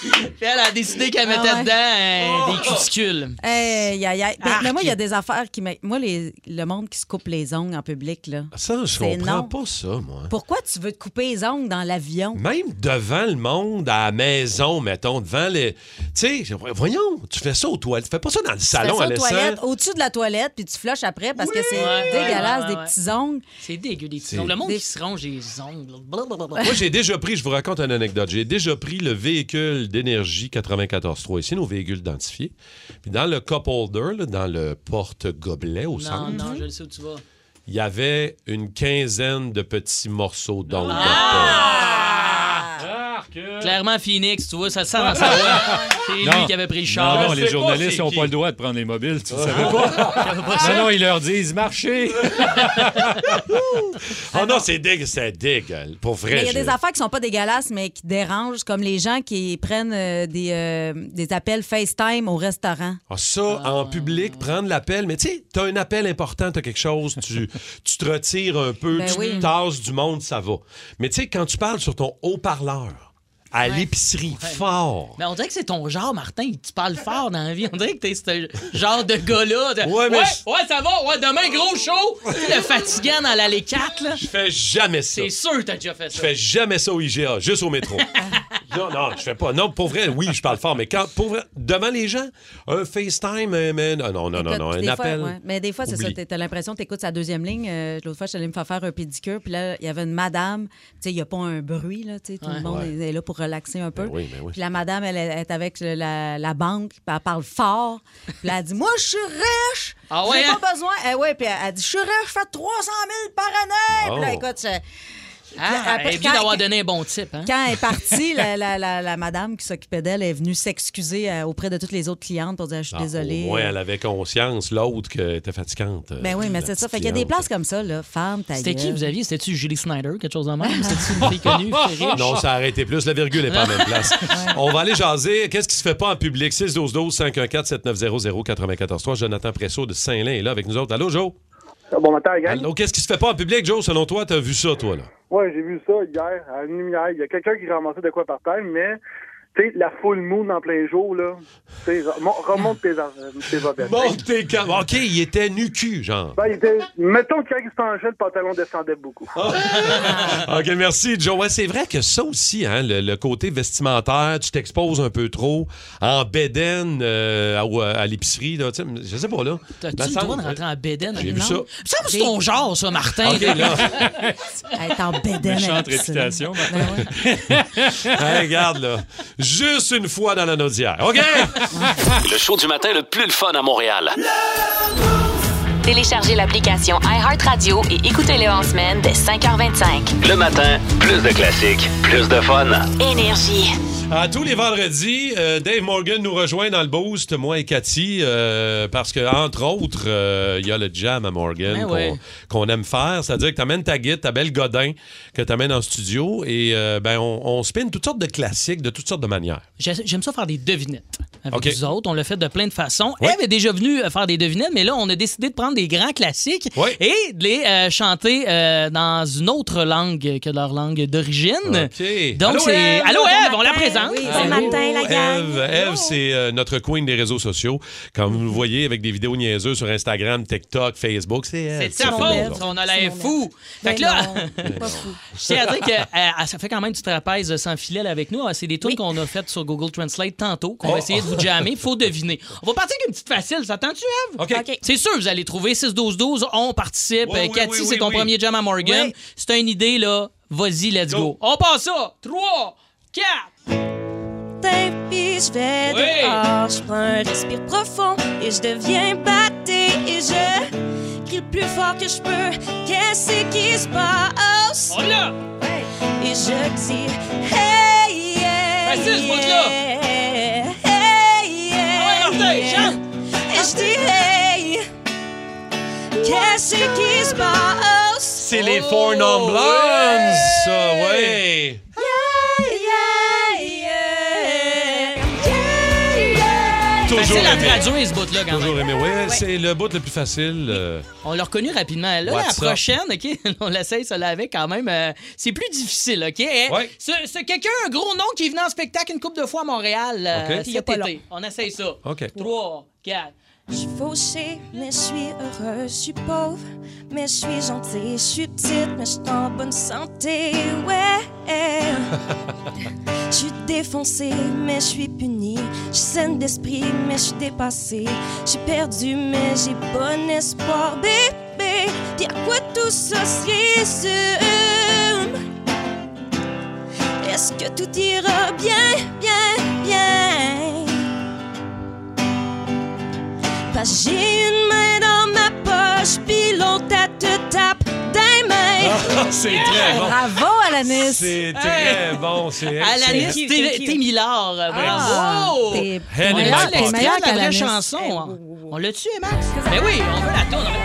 Puis Elle a décidé qu'elle
Ah
mettait
ouais.
dedans euh, des cuticules.
Hey, aïe, aïe. Ben,
Arc.
mais moi, il y a des affaires qui m'a- Moi, les- le monde qui se coupe les ongles en public, là.
Ah, Ça, je
C'est
comprends
non.
pas ça, moi.
Pourquoi tu veux te couper les ongles dans l'avion?
Même devant le monde, à la maison, mettons, devant les. Tu sais, voyons, tu fais ça aux toilettes. Tu fais pas ça dans le
Tu fais
salon
ça
à
aux
l'essai.
toilettes, au-dessus de la toilette, puis tu flushes après parce que c'est
Ouais, ouais,
dégueulasse,
ouais, ouais,
des petits ongles.
C'est dégueu, des petits
C'est-
ongles. Le monde
Des-
qui se ronge les ongles. blablabla.
Moi, j'ai déjà pris, je vous raconte une anecdote, j'ai déjà pris le véhicule d'énergie 94.3 ici, nos véhicules identifiés. Puis dans le cup holder, là, dans le porte-gobelet au
Non,
centre,
non, je le sais où tu vas.
il y avait une quinzaine de petits morceaux d'ongles.
Ah!
euh,
Clairement, Phoenix, tu vois, ça sent dans sa voix. C'est lui
Non.
qui avait pris le char.
Non, non,
Je sais
les
pas
journalistes
c'est
n'ont
qui.
pas le droit de prendre les mobiles, tu le savais pas? Non, non, ils leur disent marchez!
Oh non, c'est dégueu, c'est dégueulasse. Pour vrai.
Ah Mais il y a
j'ai-
des affaires qui sont pas dégueulasses, mais qui dérangent, comme les gens qui prennent euh, des, euh, des appels FaceTime au restaurant.
Ah, ça, en public, prendre l'appel. Mais tu sais, t'as un appel important, t'as quelque chose, tu, tu te retires un peu,
Ben
tu
oui.
te tasses du monde, ça va. Mais tu sais, quand tu parles sur ton haut-parleur, à l'épicerie, fort.
Mais Ben, on dirait que c'est ton genre, Martin. Tu parles fort dans la vie. On dirait que t'es ce genre de gars-là. de-
Ouais, mais je-
ouais, ça va. Ouais, demain, gros show. Tu sais, le fatigant dans l'allée 4, là.
Je fais jamais ça.
C'est sûr que t'as déjà fait
Je
ça.
fais jamais ça au IGA, juste au métro. non, non, je fais pas. Non, pour vrai, oui, je parle fort, mais quand, pour vrai, devant les gens, un FaceTime, euh, man, ah non, non, non,
Écoute,
non,
puis
un
des fois,
appel.
ouais. Mais des fois, c'est ça.
Oublie.
t'as- T'as l'impression que t'écoutes sa deuxième ligne. Euh, L'autre fois, je suis allée me faire faire un pédicure. Puis là, il y avait une madame. Tu sais, il n'y a pas un bruit. Là, tu sais, tout le monde est- est là pour relaxer un peu.
oui, ben oui.
Puis la madame, elle, elle est avec le- la, la banque. Puis elle parle fort. Puis là, elle dit Moi, je suis riche.
Ah ouais,
J'ai
hein?
pas besoin. Eh ouais, puis elle, elle dit Je suis riche, je fais 300 000 par année. Puis là,
Oh.
écoute, je-
Ah,
Après,
elle est bien
quand-
d'avoir donné un bon type. Hein?
quand elle est partie, la, la- la- la madame qui s'occupait d'elle est venue s'excuser euh, auprès de toutes les autres clientes pour dire Je suis
Ah,
désolée.
Au moins, elle avait conscience, l'autre, qu'elle était fatigante. euh,
Ben oui, mais
la
c'est ça.
petite
Fait qu'il y a des
cliente.
places comme ça, là. Femme, ta
C'était qui
gueule.
vous aviez? C'était-tu Julie Snyder, quelque chose en même? Ou C'était-tu une fille connue, fille riche?
Non, ça a arrêté plus. La virgule n'est pas en même place. On va aller jaser. Qu'est-ce qui se fait pas en public? 6 12 12 514 7900 94 3 Jonathan Presso de Saint-Lin est là avec nous autres. Allô, Joe?
Ah, Bon matin, gang.
Allô, qu'est-ce qui se fait pas en public, Joe? Selon toi, t'as vu ça, toi, là?
Ouais, j'ai vu ça hier, à une lumière. Il y a quelqu'un qui ramassait de quoi par terre, mais, tu sais, la full moon en plein jour, là. Tu sais, re- mon- remonte tes, ar- tes bobettes.
Monte tes cam- OK, il était nu-cul, genre.
Ben, il était- mettons que quand il se penchait, le pantalon descendait beaucoup.
OK, merci, Joe. Ouais, c'est vrai que ça aussi, hein, le, le côté vestimentaire, tu t'exposes un peu trop en bédaine euh, à, ou- à l'épicerie, là. tu sais, Je sais pas, là.
T'as-tu
Ben,
le
ça-
droit de rentrer en bédaine?
J'ai vu
Non.
ça.
Ça, c'est ton genre, ça, Martin.
OK, là.
Elle est en bédaine.
Méchante
avec ça.
réputation.
Ben ouais.
Hey, Hein, regarde, là. Juste une fois dans la naudière. OK?
Le show du matin le plus le fun à Montréal.
Téléchargez l'application iHeartRadio et écoutez-le en semaine dès 5h25.
Le matin, plus de classiques, plus de fun.
Énergie.
À tous les vendredis, euh, Dave Morgan nous rejoint dans le boost, moi et Cathy, euh, parce que entre autres, euh, il y a le jam à Morgan
Ben
qu'on
ouais.
qu'on aime faire, c'est-à-dire que t'amènes ta guide, ta belle godin que t'amènes en studio et euh, ben on, on spin toutes sortes de classiques de toutes sortes de manières.
J'ai- J'aime ça faire des devinettes avec
OK.
vous autres. On l'a fait de plein de façons.
Ouais.
Eve est déjà venue euh, faire des devinettes, mais là, on a décidé de prendre des grands classiques
Ouais.
et de les euh, chanter euh, dans une autre langue que leur langue d'origine.
OK.
Donc,
Allô,
c'est.
Ève!
Allô,
Bon
Eve, on la
matin,
présente. Ah,
oui, bon
Allô.
matin, la gang.
Eve, Eve, c'est euh, notre queen des réseaux sociaux. Quand vous nous voyez avec des vidéos niaiseuses sur Instagram, TikTok, Facebook, c'est
C'est
Ève.
de sa
mon Ève.
faute, on a l'air
C'est mon
fou. Fait
Ben
que là,
non, pas fou.
je tiens à dire que euh, elle- ça fait quand même du trapèze sans filet là, avec nous. Ah, C'est des trucs
Oui.
qu'on a fait sur Google Translate tantôt,
Oh.
qu'on va essayer de vous jammer. Faut deviner. On va partir avec une petite facile. Ça tente-tu, Eve?
OK.
C'est sûr, vous allez trouver 6-12-12. On participe. Euh,
Oui, oui,
Cathy,
oui,
c'est
oui,
ton
oui.
premier jam à Morgan.
Oui.
C'est une idée, là. Vas-y, let's go.
Go.
On passe ça. 3, 4.
sortie,
T'es
je vais dehors, je prends un respire profond et je deviens batté et je crie le plus fort que je peux. Qu'est-ce qui se passe? Et je dis, hey, yeah,
Facile, ce bout-là.
yeah, hey, yeah, yeah. Et je dis, hey, qu'est-ce qui se passe?
C'est les Four Non Blondes,
Oh,
ça, ouais. aimé.
Facile à Ben, traduire, ce bout-là, quand
Toujours
même.
aimé. Ouais, c'est le bout le plus facile. euh,
On l'a reconnu rapidement. Là,
What's
la
up?
prochaine, OK, on l'essaye, ça l'avait quand même. euh, c'est plus difficile, OK? C'est c'est quelqu'un, un gros nom qui est venu en spectacle une couple de fois à Montréal euh,
OK.
cet
Il y a pas
été.
long.
On essaye ça.
Oh.
OK.
3, 4.
Eh,
Je suis fauchée, mais je suis heureuse, je suis pauvre, mais je suis gentille, je suis petite, mais je suis en bonne santé, ouais. Je suis défoncée, mais je suis punie, je suis saine d'esprit, mais je suis dépassée, j'ai perdu, mais j'ai bon espoir, bébé. Puis à quoi tout ça se résume? Est-ce que tout ira bien, bien, bien? Parce que j'ai une main dans ma poche, puis l'autre elle te tape des mains.
Ah, c'est très bon.
Bravo, Alanis.
C'est très bon, c'est
Alanis
excellent.
Témillard. euh, Bravo!
Ah, t'es-
Hey, les
On a
meilleurs
l'extrait
podcasts.
de la vraie
Alanis.
chanson. hein. On l'a tué, Max? Ben oui, on veut la tourner.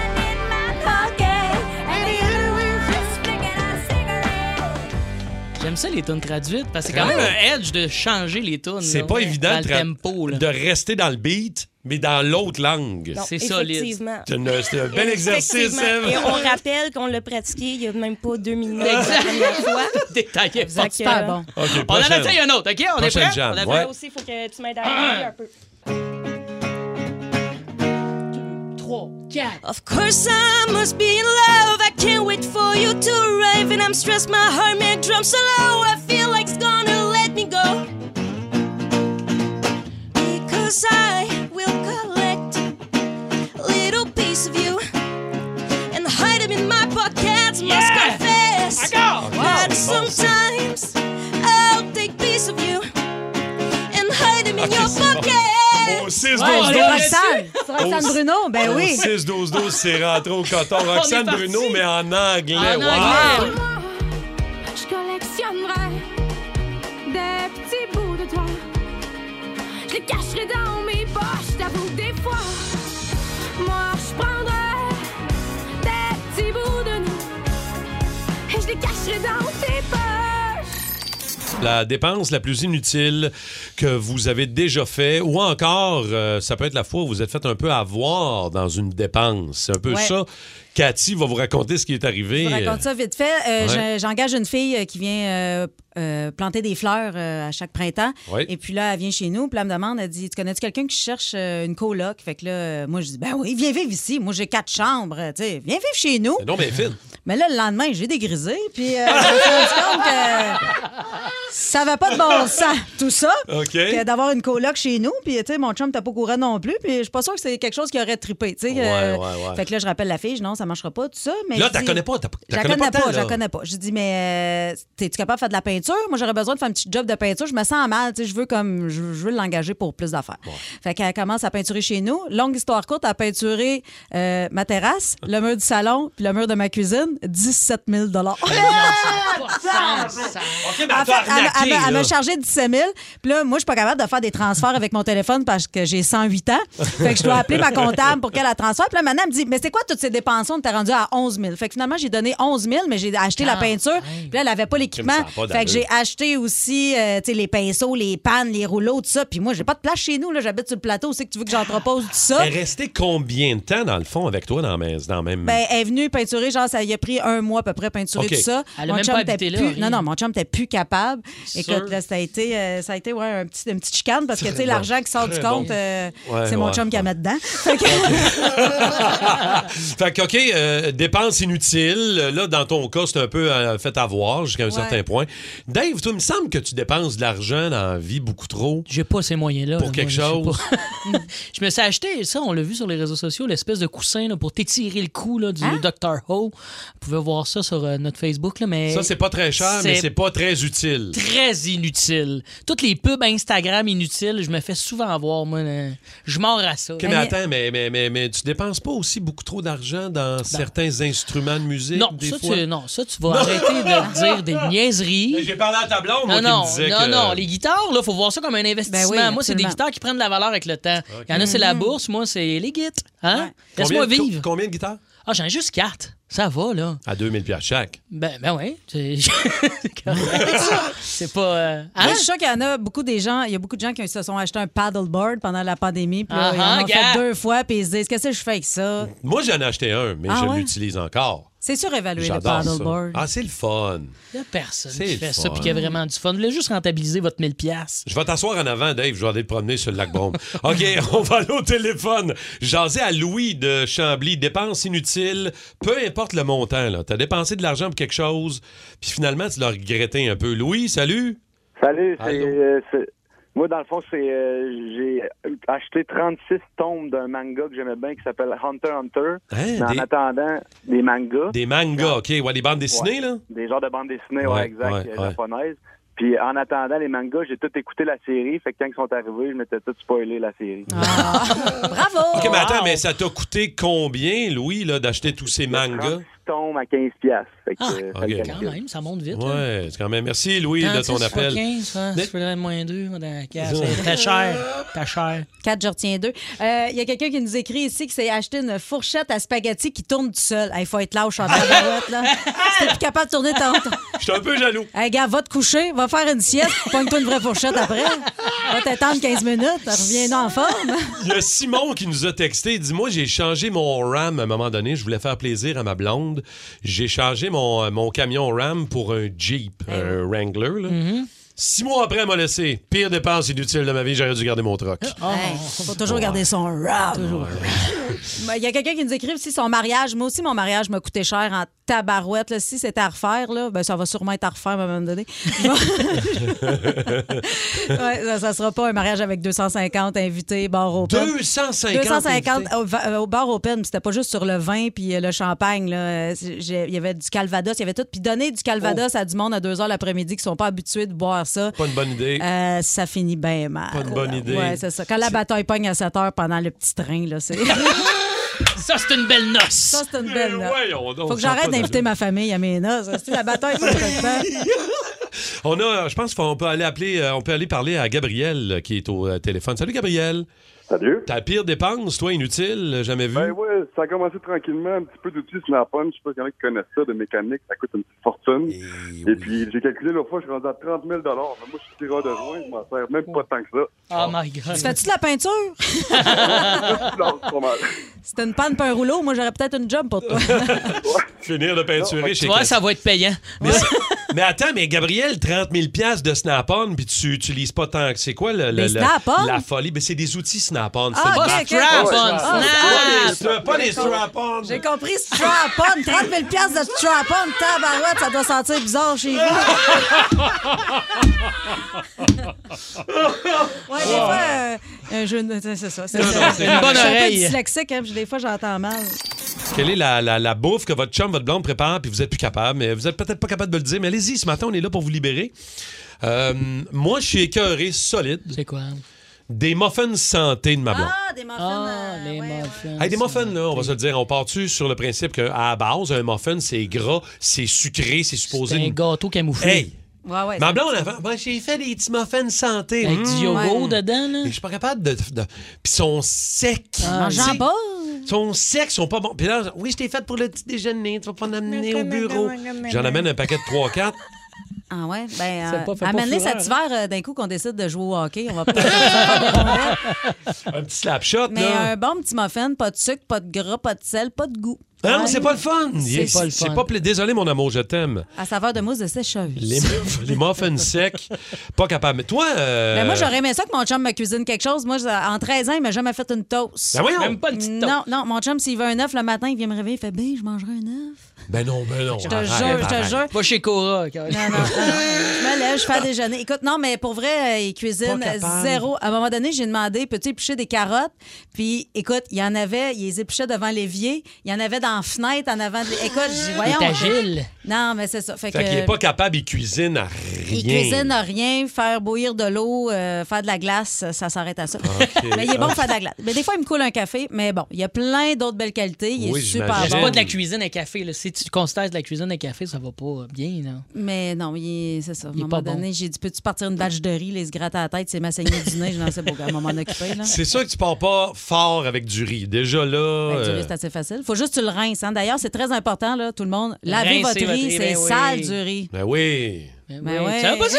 J'aime ça, les tunes traduites, parce que c'est quand
Ouais.
même un edge de changer les tunes.
C'est
là,
pas évident
dans
de,
le
tra-
tempo, là.
de rester dans le beat, mais dans l'autre langue.
Non, C'est solide. effectivement.
C'est une- c'est un bel exercice,
Effectivement.
Seb.
Et on rappelle qu'on l'a pratiqué il y a même pas deux minutes la
Exact.
première fois.
Détaillé.
Fait que- Super bon.
OK,
on en
prochaine.
essaye un autre, OK? On est
Prochaine
prêt?
jam,
On est
ouais.
prêt?
Là aussi, il faut que tu m'aides à arriver un peu.
3, 4.
Of course I must be in love. I can't wait for you to arrive. And I'm stressed, my heart may drum so low. I feel like it's gonna let me go. Because I will collect a little piece of you and hide him in my pockets. Must
Yeah!
confess
Encore!
that
Wow, bon, ça.
sometimes I'll take piece of you and hide him in your pocket.
Au 6 12
Ouais, c'est
12.
Roxane. C'est Roxane
Au-
Bruno, ben
au
oui.
6 12 12, c'est rentré au coton.
On est
Roxane
parti.
Bruno, mais en anglais.
En
Wow.
anglais.
Je collectionnerai des petits bouts de toi. Je les cacherai dans mes poches, t'avoue que des fois. Moi, je prendrai des petits bouts de nous. Et je les cacherai dans tes poches.
La dépense la plus inutile que vous avez déjà fait, ou encore, euh, ça peut être la fois où vous êtes fait un peu avoir dans une dépense. C'est un peu
Ouais.
ça. Cathy va vous raconter ce qui est arrivé.
Je vous raconte ça vite fait. Euh,
Ouais.
je- J'engage une fille euh, qui vient euh, euh, planter des fleurs euh, à chaque printemps.
Ouais.
Et puis là, elle vient chez nous. Puis là, elle me demande, elle dit, tu connais-tu quelqu'un qui cherche euh, une coloc? Fait que là, euh, moi, je dis, ben oui, viens vivre ici. Moi, j'ai quatre chambres. euh, Tu sais, viens vivre chez nous.
Non, mais fine.
Mais là, le lendemain, j'ai dégrisé. Puis euh, je me suis rendu compte que ça va pas de bon sens, tout ça.
OK.
Que D'avoir une coloc chez nous. Puis, tu sais, mon chum, t'as pas au courant non plus. Puis, je suis pas sûre que c'est quelque chose qui aurait trippé. Tu sais,
Ouais, ouais, ouais.
Fait que là, je rappelle la fille, je dis, non, ça marchera pas, tout ça. Mais
Là,
je
t'as
dis-
connais pas, t'as- t'as
Je la
connais
connais
pas tant,
pas, je la
là.
connais pas. Je dis, mais euh, t'es-tu capable de faire de la peinture? Moi, j'aurais besoin de faire un petit job de peinture. Je me sens mal. Tu sais, je veux comme, je, je veux l'engager pour plus d'affaires. Fait qu'elle commence à peinturer chez nous. Longue histoire courte, elle a peinturé euh, ma terrasse, le mur du salon, puis le mur de ma cuisine, 17 000
OK,
En fait, elle m'a- elle m'a- elle m'a chargé 17 000. Puis là, moi, je suis pas capable de faire des transferts avec mon téléphone parce que j'ai 108 ans. Fait que je dois appeler ma comptable pour qu'elle la transfère. Puis là, maintenant, elle me dit Mais c'est quoi toutes ces dépenses On t'a rendu à 11 000. Fait que finalement, j'ai donné 11 000, mais j'ai acheté la
Ah,
peinture. Puis là, elle avait pas l'équipement.
Ça a pas d'allure.
Fait que j'ai acheté aussi euh, tu sais, les pinceaux, les pannes, les rouleaux, tout ça. Puis moi, j'ai pas de place chez nous. là. J'habite sur le plateau. C'est que tu veux que j'entrepose tout ça.
Elle est restée combien de temps, dans le fond, avec toi dans la maison? Dans la même...
Ben, elle est venue peinturer, genre, ça y a pris un mois à peu près peinturer
OK.
tout ça.
Elle a
mon
même
chum
pas
était
habité là,
plus,
rien.
Non, non, mon chum était plus capable.
sûr.
Écoute, là, ça a été, euh, ça a été ouais, un petit, une petite chicane parce que,
Très
tu sais,
bon.
l'argent qui sort
Très
du compte,
bon.
euh,
Ouais,
c'est mon
ouais,
chum qui a mis dedans. Fait que-
fait que, OK, marqué euh, dépenses inutiles. Là, dans ton cas, c'est un peu euh, fait avoir jusqu'à un
Ouais.
certain point. Dave, toi, il me semble que tu dépenses de l'argent dans la vie beaucoup trop.
J'ai pas ces moyens-là.
Pour
là,
quelque
moi,
chose.
je sais pas. je me suis acheté, ça, on l'a vu sur les réseaux sociaux, l'espèce de coussin là, pour t'étirer le cou là, du
Ah.
Dr. Ho. Vous pouvez voir ça sur euh, notre Facebook. Là, mais
Ça, c'est pas très cher, mais c'est pas très utile.
très inutile. Toutes les pubs Instagram inutiles, je me fais souvent avoir, moi. là. Je mords à ça.
OK, mais attends, mais, mais, mais, mais tu dépenses pas aussi beaucoup trop d'argent dans certains instruments de musique?
Non,
des
ça,
fois?
tu, non, ça, tu vas arrêter de dire des niaiseries.
J'ai parlé à ta blonde, moi,
Non,
qui
non,
me disait
non,
que-
non. Les guitares, là, faut voir ça comme un investissement.
Ben oui,
moi, c'est des
absolument. Mm.
guitares qui prennent de la valeur avec le temps. Il y en a, c'est la bourse. Moi, c'est les guides. Hein? Laisse-moi
Combien-
vivre.
Combien de guitares?
Ah, j'en ai juste quatre. Ça va, là.
À 2000 pièces chaque.
Ben, ben oui. C'est c'est correct, ça. C'est pas. euh, hein?
Moi, je suis sûre qu'il y en a beaucoup des gens, il y a beaucoup de gens qui se sont achetés un paddleboard pendant la pandémie, puis là,
Ah,
ils en
ah,
ont
gars.
fait deux fois, puis ils se disent qu'est-ce que je fais avec ça
Moi, j'en ai acheté un, mais
Ah
je
ouais?
l'utilise encore.
C'est surévalué le
J'adore ça.
paddleboard.
Ah, c'est le fun.
Il y a personne
C'est
qui
le
fait ça
fun.
puis qui a vraiment du fun. Vous voulez juste rentabiliser votre 1000$.
Je vais t'asseoir en avant, Dave. Je vais aller te promener sur le lac Bombe. OK, on va aller au téléphone. Jaser à Louis de Chambly. Dépenses inutiles, peu importe le montant. Tu as dépensé de l'argent pour quelque chose, puis finalement, tu l'as regretté un peu. Louis, salut.
Salut, c'est,
Allô?
euh, c'est- moi, dans le fond, c'est, euh, j'ai acheté 36 tombes d'un manga que j'aimais bien qui s'appelle Hunter x Hunter.
Hein,
Mais
des-
En attendant, des mangas.
Des mangas, OK. Ouais, des bandes dessinées,
Ouais.
là?
Des genres de bandes dessinées,
Ouais,
ouais, exact,
ouais,
euh,
ouais.
japonaises. Puis en attendant les mangas, j'ai tout écouté la série. Fait que quand ils sont arrivés, je m'étais tout spoilé la série.
Ah. Bravo!
OK, mais attends, mais ça t'a coûté combien, Louis, là, d'acheter tous ces mangas?
Tombes à 15 piastres. Fait que,
Ah,
euh, ça
OK.
le
Quand
calcule.
même, ça monte vite. là.
Ouais, c'est quand même. Merci, Louis, de
36
ton
fois
appel.
15, hein, ça fait moins 2, T'as cher. T'as cher.
4, je retiens deux. Euh, Il y a quelqu'un qui nous écrit ici qui s'est acheté une fourchette à spaghetti qui tourne tout seul. Il faut être lâche en tabarouette, là. Si t'es plus capable de tourner ton... ton-
Je suis un peu jaloux.
Hey, gars, va te coucher, va faire une sieste, pogne-toi une vraie fourchette après. Va t'attendre 15 minutes, reviens-nous en forme.
Il y a Simon qui nous a texté. Il dit Moi, j'ai changé mon RAM à un moment donné. Je voulais faire plaisir à ma blonde. J'ai changé mon, euh, mon camion RAM pour un Jeep, un Wrangler. là.
Mm-hmm.
Six mois après, elle m'a laissé. Pire dépense inutile de ma vie, j'aurais dû garder mon truck.
Hey, faut toujours garder son rap. Ben, Il y a quelqu'un qui nous écrit si son mariage, moi aussi, mon mariage m'a coûté cher en tabarouette. là. Si c'était à refaire, là, ben, ça va sûrement être à refaire à un moment donné. Ouais, ça, ça sera pas un mariage avec 250 invités, bar open.
250
250
invités.
au, va- euh, au bar open, puis c'était pas juste sur le vin puis euh, le champagne. là. Euh, c'est- j'ai- Il y avait du calvados, il y avait tout. Puis donner du calvados à du monde à 2 h l'après-midi qui sont pas habitués de boire ça.
Pas une bonne idée.
Euh, ça finit bien mal.
Pas une bonne idée.
Ouais, c'est ça. Quand la bataille pogne à 7 heures pendant le petit train, là, c'est.
Ça, c'est une belle noce.
Ça, c'est une belle note.
Eh, voyons donc,
ben, euh, Faut que
ça a
j'arrête
pas
d'inviter
d'allure.
ma famille à mes noces. C'est la bataille pogne à 7 heures.
On a, euh, je pense qu'on peut aller appeler, euh, on peut aller parler à Gabriel euh, qui est au euh, téléphone. Salut Gabriel.
Salut.
Ta pire dépense, toi, inutile, euh, jamais vu.
Ben ouais, ça a commencé tranquillement, un petit peu d'outils sur la punch. Je sais pas s'il y en a qui connaissent ça, de mécanique, ça coûte une petite fortune.
Eh
Et, puis, j'ai calculé l'autre fois, je suis rendu à 30 000 Mais moi, je suis tireur de joint, je m'en sers même pas tant que ça.
Oh my God.
Tu fais-tu de la peinture?
Non, c'est pas mal.
C'était une panne pas un rouleau. Moi, j'aurais peut-être une job pour toi.
Finir de peinturer chez
Tu vois,
Cassie.
ça va être payant.
Mais, mais attends, mais Gabriel, 30 000 piastres de Snap-on, puis tu utilises pas tant que... C'est quoi le, le-
Des
le-
Snap-on?
la folie? Ben, c'est des outils Snap-on.
Ah,
c'est
ok,
le-
ok. Strap-on,
Ah,
snap.
c'est Pas des, pas des strap-on.
J'ai compris, strap-on. 30 000 piastres de strap-on. Tabarouette, ça doit sentir bizarre chez vous. Ouais, des fois, euh, un jeu de- C'est ça. C'est
Non, non,
ça.
c'est une bonne
Je suis un peu
oreille.
dyslexique, hein, puis des fois, j'entends mal.
Quelle est la, la- la bouffe que votre chum, votre blonde prépare, puis vous êtes plus capable, mais vous êtes peut-être pas capable de le dire, mais allez-y, ce matin, on est là pour vous libérer. Euh, moi, je suis écœuré solide.
C'est quoi?
Des muffins santé de ma blonde.
Ah, des muffins. euh, ouais, ouais.
Hey, des muffins, là, on va se le dire, on part-tu sur le principe qu'à la base, un muffin, c'est gras, c'est sucré, c'est supposé...
C'est un
une-
gâteau camouflé.
Hey!
Ouais, ouais,
Ma
c'est-
blonde, avant, moi, j'ai fait des petits muffins santé. Mmh.
Avec du yogourt
Ouais.
dedans, là.
Mais Je suis pas capable de. de- Puis ils sont secs.
Ah,
Tu
j'en
sais,
pas.
Ils sont secs, ils sont pas bons. Puis là, oui, je t'ai fait pour le petit déjeuner, tu vas pas en amener au bureau. J'en amène un paquet de 3-4.
Ah ouais, ben,
Ça
euh,
pas fait pas
amène-les
fureur,
cet hiver euh, d'un coup qu'on décide de jouer au hockey. On va peut-être faire des rondelles.
un petit slap shot,
Mais
là.
un bon petit muffin, pas de sucre, pas de gras, pas de sel, pas de goût.
Ah non, c'est pas le fun.
C'est pas le
C'est
fun.
pas pla- Désolé, mon amour, je t'aime.
À saveur de mousse de sécheuse.
Les, les muffins secs, pas capable. Mais toi. euh,
Ben, moi, j'aurais aimé ça que mon chum me cuisine quelque chose. Moi, ça- en 13 ans, il m'a jamais fait une toast.
Ben voyons. Même pas une
petite toast. Non, non, mon chum, s'il veut un œuf le matin, il vient me réveiller, il fait Ben, je mangerai un œuf.
Ben non, ben non.
Je te jure, je te jure.
Va chez Cora. Karine.
Je me lève, je fais à déjeuner. Écoute, non, mais pour vrai, euh, il cuisine
Pas capable.
zéro. À un moment donné, j'ai demandé, peux-tu éplucher des carottes? Puis, écoute, il y en avait, il les épluchait devant l'évier, il y en avait dans la fenêtre, en avant de l'é- Écoute,
Ah!
je dis, voyons.
Il est agile.
Non, mais c'est ça. Fait,
Fait
que-
qu'il est pas capable, il cuisine à rien.
il cuisine à rien, faire bouillir de l'eau, euh, faire de la glace, ça s'arrête à ça.
Ok.
Mais il est bon
Ah.
de faire de la glace. Mais des fois, il me coule un café, mais bon, il y a plein d'autres belles qualités. Il est super
Ah, C'est
bon.
pas de la cuisine à café. Là. Si tu constates de la cuisine à café, ça va pas bien. Là.
Mais non, il est- c'est ça. À un
Il est
moment
pas bon.
donné, j'ai dit peux-tu partir une batch de riz, les se gratter à la tête, c'est ma saignée du nez, je n'en sais pas à m'en occuper. Là.
C'est sûr que tu pars pas fort avec du riz. Déjà là.
Ben, du riz,
euh,
c'est assez facile. Faut juste que tu le rinces. hein. D'ailleurs, c'est très important, là, tout le monde. Lavez
Rincez
votre
votre
riz,
riz,
c'est
ben oui.
sale du riz.
Ben oui.
Ben ouais.
Tu savais pas ça?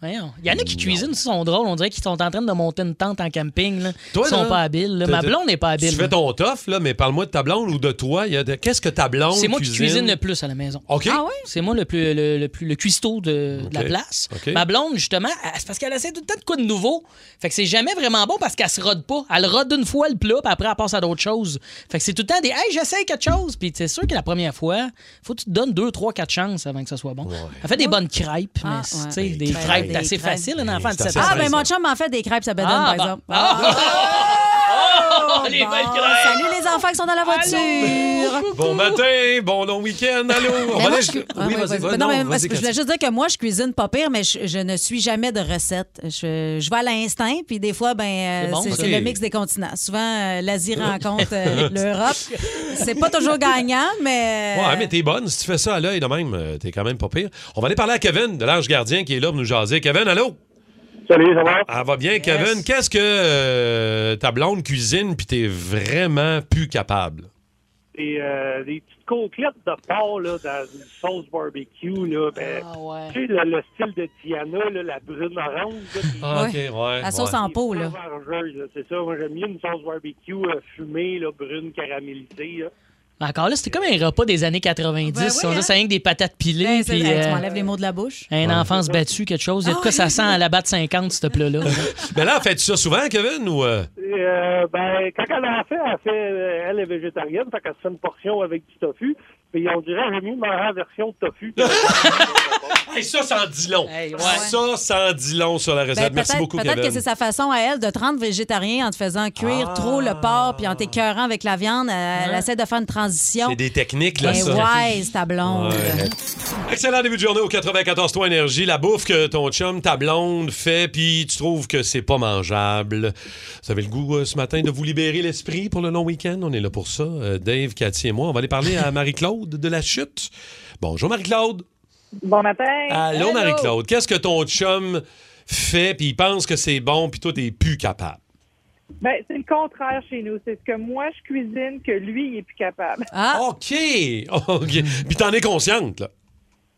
Voyons. Il y en a qui cuisinent, ils sont drôles. On dirait qu'ils sont en train de monter une tente en camping. Là. ils sont
là,
pas habiles. là.
t'as-
Ma blonde n'est pas habile.
Tu fais ton tof, là, mais parle-moi de ta blonde ou de toi. Il y a de- Qu'est-ce que ta blonde
C'est moi qui cuisine le plus à la maison.
OK. Ah
C'est moi le plus le, le plus le cuistot de, de la
OK.
place.
OK.
Ma blonde justement, elle- c'est parce qu'elle essaie tout le temps de quoi de nouveau. Fait que c'est jamais vraiment bon parce qu'elle se rode pas. Elle rode une fois le plat, puis après elle passe à d'autres choses. Fait que c'est tout le temps des hey, j'essaie quelque chose. Puis c'est sûr que la première fois, faut que tu te donnes deux, trois, quatre chances avant que ça soit bon. Elle fait des bonnes crêpes, mais
Ah,
c'est-
ouais.
tu sais,
Des
des
crêpes,
crêpes
des
assez
crêpes.
faciles un enfant de
Ah,
7 ans.
ben mon chum m'en fait des crêpes, ça bedonne,
Ah,
par
bah-
exemple.
Ah! Oh, les belles crêpes!
Salut les enfants qui sont dans la voiture!
Bon matin, bon long week-end, allô. On
Mais
va
moi,
aller-
je cu- Ah,
ben Oui,
ouais,
vas-y,
vas-y.
vas-y.
Non, mais
Non,
parce
vas-y,
que je voulais
Cathy.
juste dire que moi, je cuisine pas pire, mais je, je ne suis jamais de recette. Je, je vais à l'instinct, puis des fois, ben, euh,
C'est
c'est
bon, ça.
c'est
Ok.
le mix des continents. Souvent, euh, l'Asie rencontre euh, l'Europe. C'est pas toujours gagnant, mais.
Ouais, mais t'es bonne. Si tu fais ça à l'œil de même, euh, t'es quand même pas pire. On va aller parler à Kevin de l'Ange Gardien qui est là pour nous jaser. Kevin, allô?
Salut, ça va?
Ah, va bien, Kevin. Qu'est-ce que euh, ta blonde cuisine puis t'es vraiment plus capable?
des, euh, des petites côtelettes de porc là, dans une sauce barbecue. Là, ben,
Ah,
Tu sais, le, le style de Diana, là, la brune orange. là, puis-
Ah, ok, Ouais.
euh,
ouais, La sauce ouais. en
pot, là.
Fargeuse, là, C'est ça, moi j'aime mieux une sauce barbecue euh, fumée, là, brune, caramélisée. là.
Encore là, c'était comme un repas des années 90.
Ben oui, Ben,
Ils sont juste avec des patates pilées.
C'est-
puis,
hey, tu
euh,
m'enlèves Ah, les mots de la bouche.
Un enfant se battu, quelque chose. Il y a de quoi ça sent à la batte 50, ce plat-là.
Mais là, fais-tu ça souvent, Kevin? Ou, euh?
Et, euh, ben, quand elle en fait, elle, fait, euh, elle est végétarienne, fait qu'elle se fait une portion avec du tofu. Puis on dirait, j'aime mieux manger la version de tofu.
Hey, ça, ça en dit long.
ouais.
Ça, ça en dit long sur la recette.
Ben,
Merci
peut-être-
beaucoup,
Peut-être
Kevin. Ah.
que c'est sa façon à elle de te rendre végétarien en te faisant cuire trop le porc puis en t'écœurant avec la viande. Euh, Elle, elle essaie de faire une transition.
C'est des techniques, là,
Ben
ça.
ouais, c'est ta blonde.
Ouais. Excellent début de journée au 94 Toi Énergie. La bouffe que ton chum, ta blonde fait, puis tu trouves que c'est pas mangeable. Vous avez le goût euh, ce matin de vous libérer l'esprit pour le long week-end? On est là pour ça. Euh, Dave, Cathy et moi, on va aller parler à Marie-Claude de la chute. Bonjour Marie-Claude.
Bon matin. Euh,
Allô Marie-Claude. Qu'est-ce que ton chum fait, puis il pense que c'est bon, puis toi, t'es plus capable?
Ben, c'est le contraire chez nous. C'est ce que moi, je cuisine, que lui, il est plus capable.
Ah,
OK. OK. Puis t'en es consciente, là.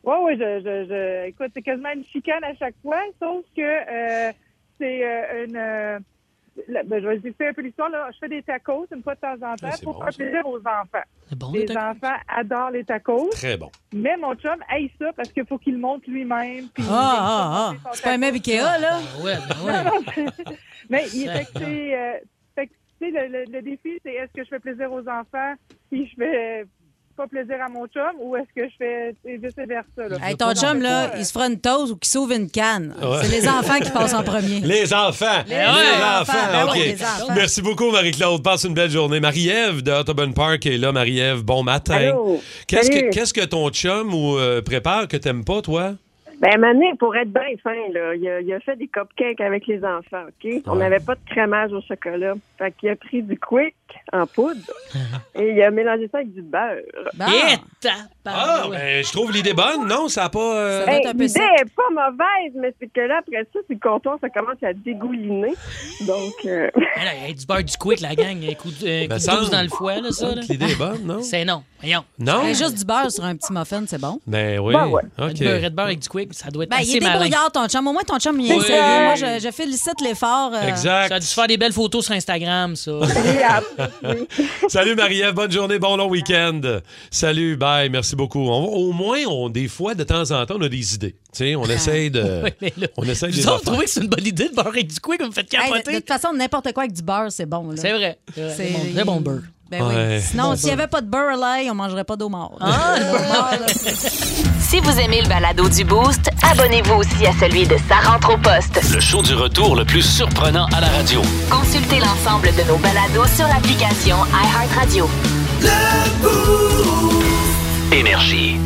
Oui, oui, je, je, je- écoute, c'est quasiment une chicane à chaque fois, sauf que euh, c'est euh, une. euh, la- ben, je vais vous faire un peu l'histoire. là. Je fais des tacos une fois de temps en temps
Ah, c'est
pour
bon,
faire
ça.
plaisir aux enfants.
bon,
les enfants adorent les tacos,
Très bon.
mais mon chum aille ça parce qu'il faut qu'il le monte lui-même. puis-
Ah, ah, ah. C'est pas un meuble Ikea, là?
Ouais,
Mais il fait que
Sacre.
c'est. euh, fait que, tu sais, le, le- le défi, c'est est-ce que je fais plaisir aux enfants puis je fais euh, pas plaisir à mon chum ou est-ce que je fais vice-versa?
Hey, ton chum,
euh.
là, il se fera une toast ou qu'il s'ouvre une canne.
Ouais.
C'est les enfants qui passent en premier.
Les enfants.
Les enfants. Ben
OK.
oui, les enfants.
Merci beaucoup, Marie-Claude. Passe une belle journée. Marie-Ève de Autobahn Park est là. Marie-Ève, bon matin.
Allô.
Qu'est-ce que,
Salut.
qu'est-ce que ton chum ou euh, prépare que t'aimes pas, toi?
Ben, Mané, pour être bien fin, là, il a, il a fait des cupcakes avec les enfants, OK? On n'avait pas de crémage au chocolat. Fait qu'il a pris du quick en poudre et il a mélangé ça avec du beurre.
Et
Ah,
Ah, ben, je trouve l'idée bonne, non? Ça a pas. euh,
Hey, L'idée est pas mauvaise, mais c'est que là, après ça, c'est le comptoir, ça commence à dégouliner. Donc, euh,
Hey, là, hey, du beurre, du quick, la gang. Un coup de, un
Ben,
coup de
ça-
douze dans le foie, là, ça. là.
L'idée est bonne, non?
C'est non. Voyons.
Non?
Hey, juste du beurre sur un petit muffin, c'est bon.
Ben oui.
Ben ouais.
OK.
Red beurre, red beurre avec du quick. ça doit être
Ben, il
assez
est
malin.
débrouillard, ton chum. Au moins, ton chum, il est
Oui.
sérieux. Moi, je, je félicite l'effort. euh.
Ça a dû se faire des belles photos sur Instagram, ça.
Salut Marie-Ève, bonne journée, bon long week-end. Salut, bye, merci beaucoup. On- au moins, on, des fois, de temps en temps, on a des idées. Tu sais, on essaye de.
Ouais, Ah. mais là,
on essaye des
Vous autres
affaires.
trouvez que c'est une bonne idée de beurre avec du quick, vous me faites
Hey, de-
capoter.
de toute façon, n'importe quoi avec du beurre, c'est bon. là.
C'est vrai. C'est vrai. Très bon- très bon beurre.
Ben oui.
Ouais.
Sinon,
Bon
s'il n'y
beurre. Ah,
avait pas de beurre à l'ail, on mangerait pas d'eau morte.
Si vous aimez le balado du Boost, abonnez-vous aussi à celui de Sa rentre au poste.
Le show du retour le plus surprenant à la radio.
Consultez l'ensemble de nos balados sur l'application iHeartRadio.
Énergie.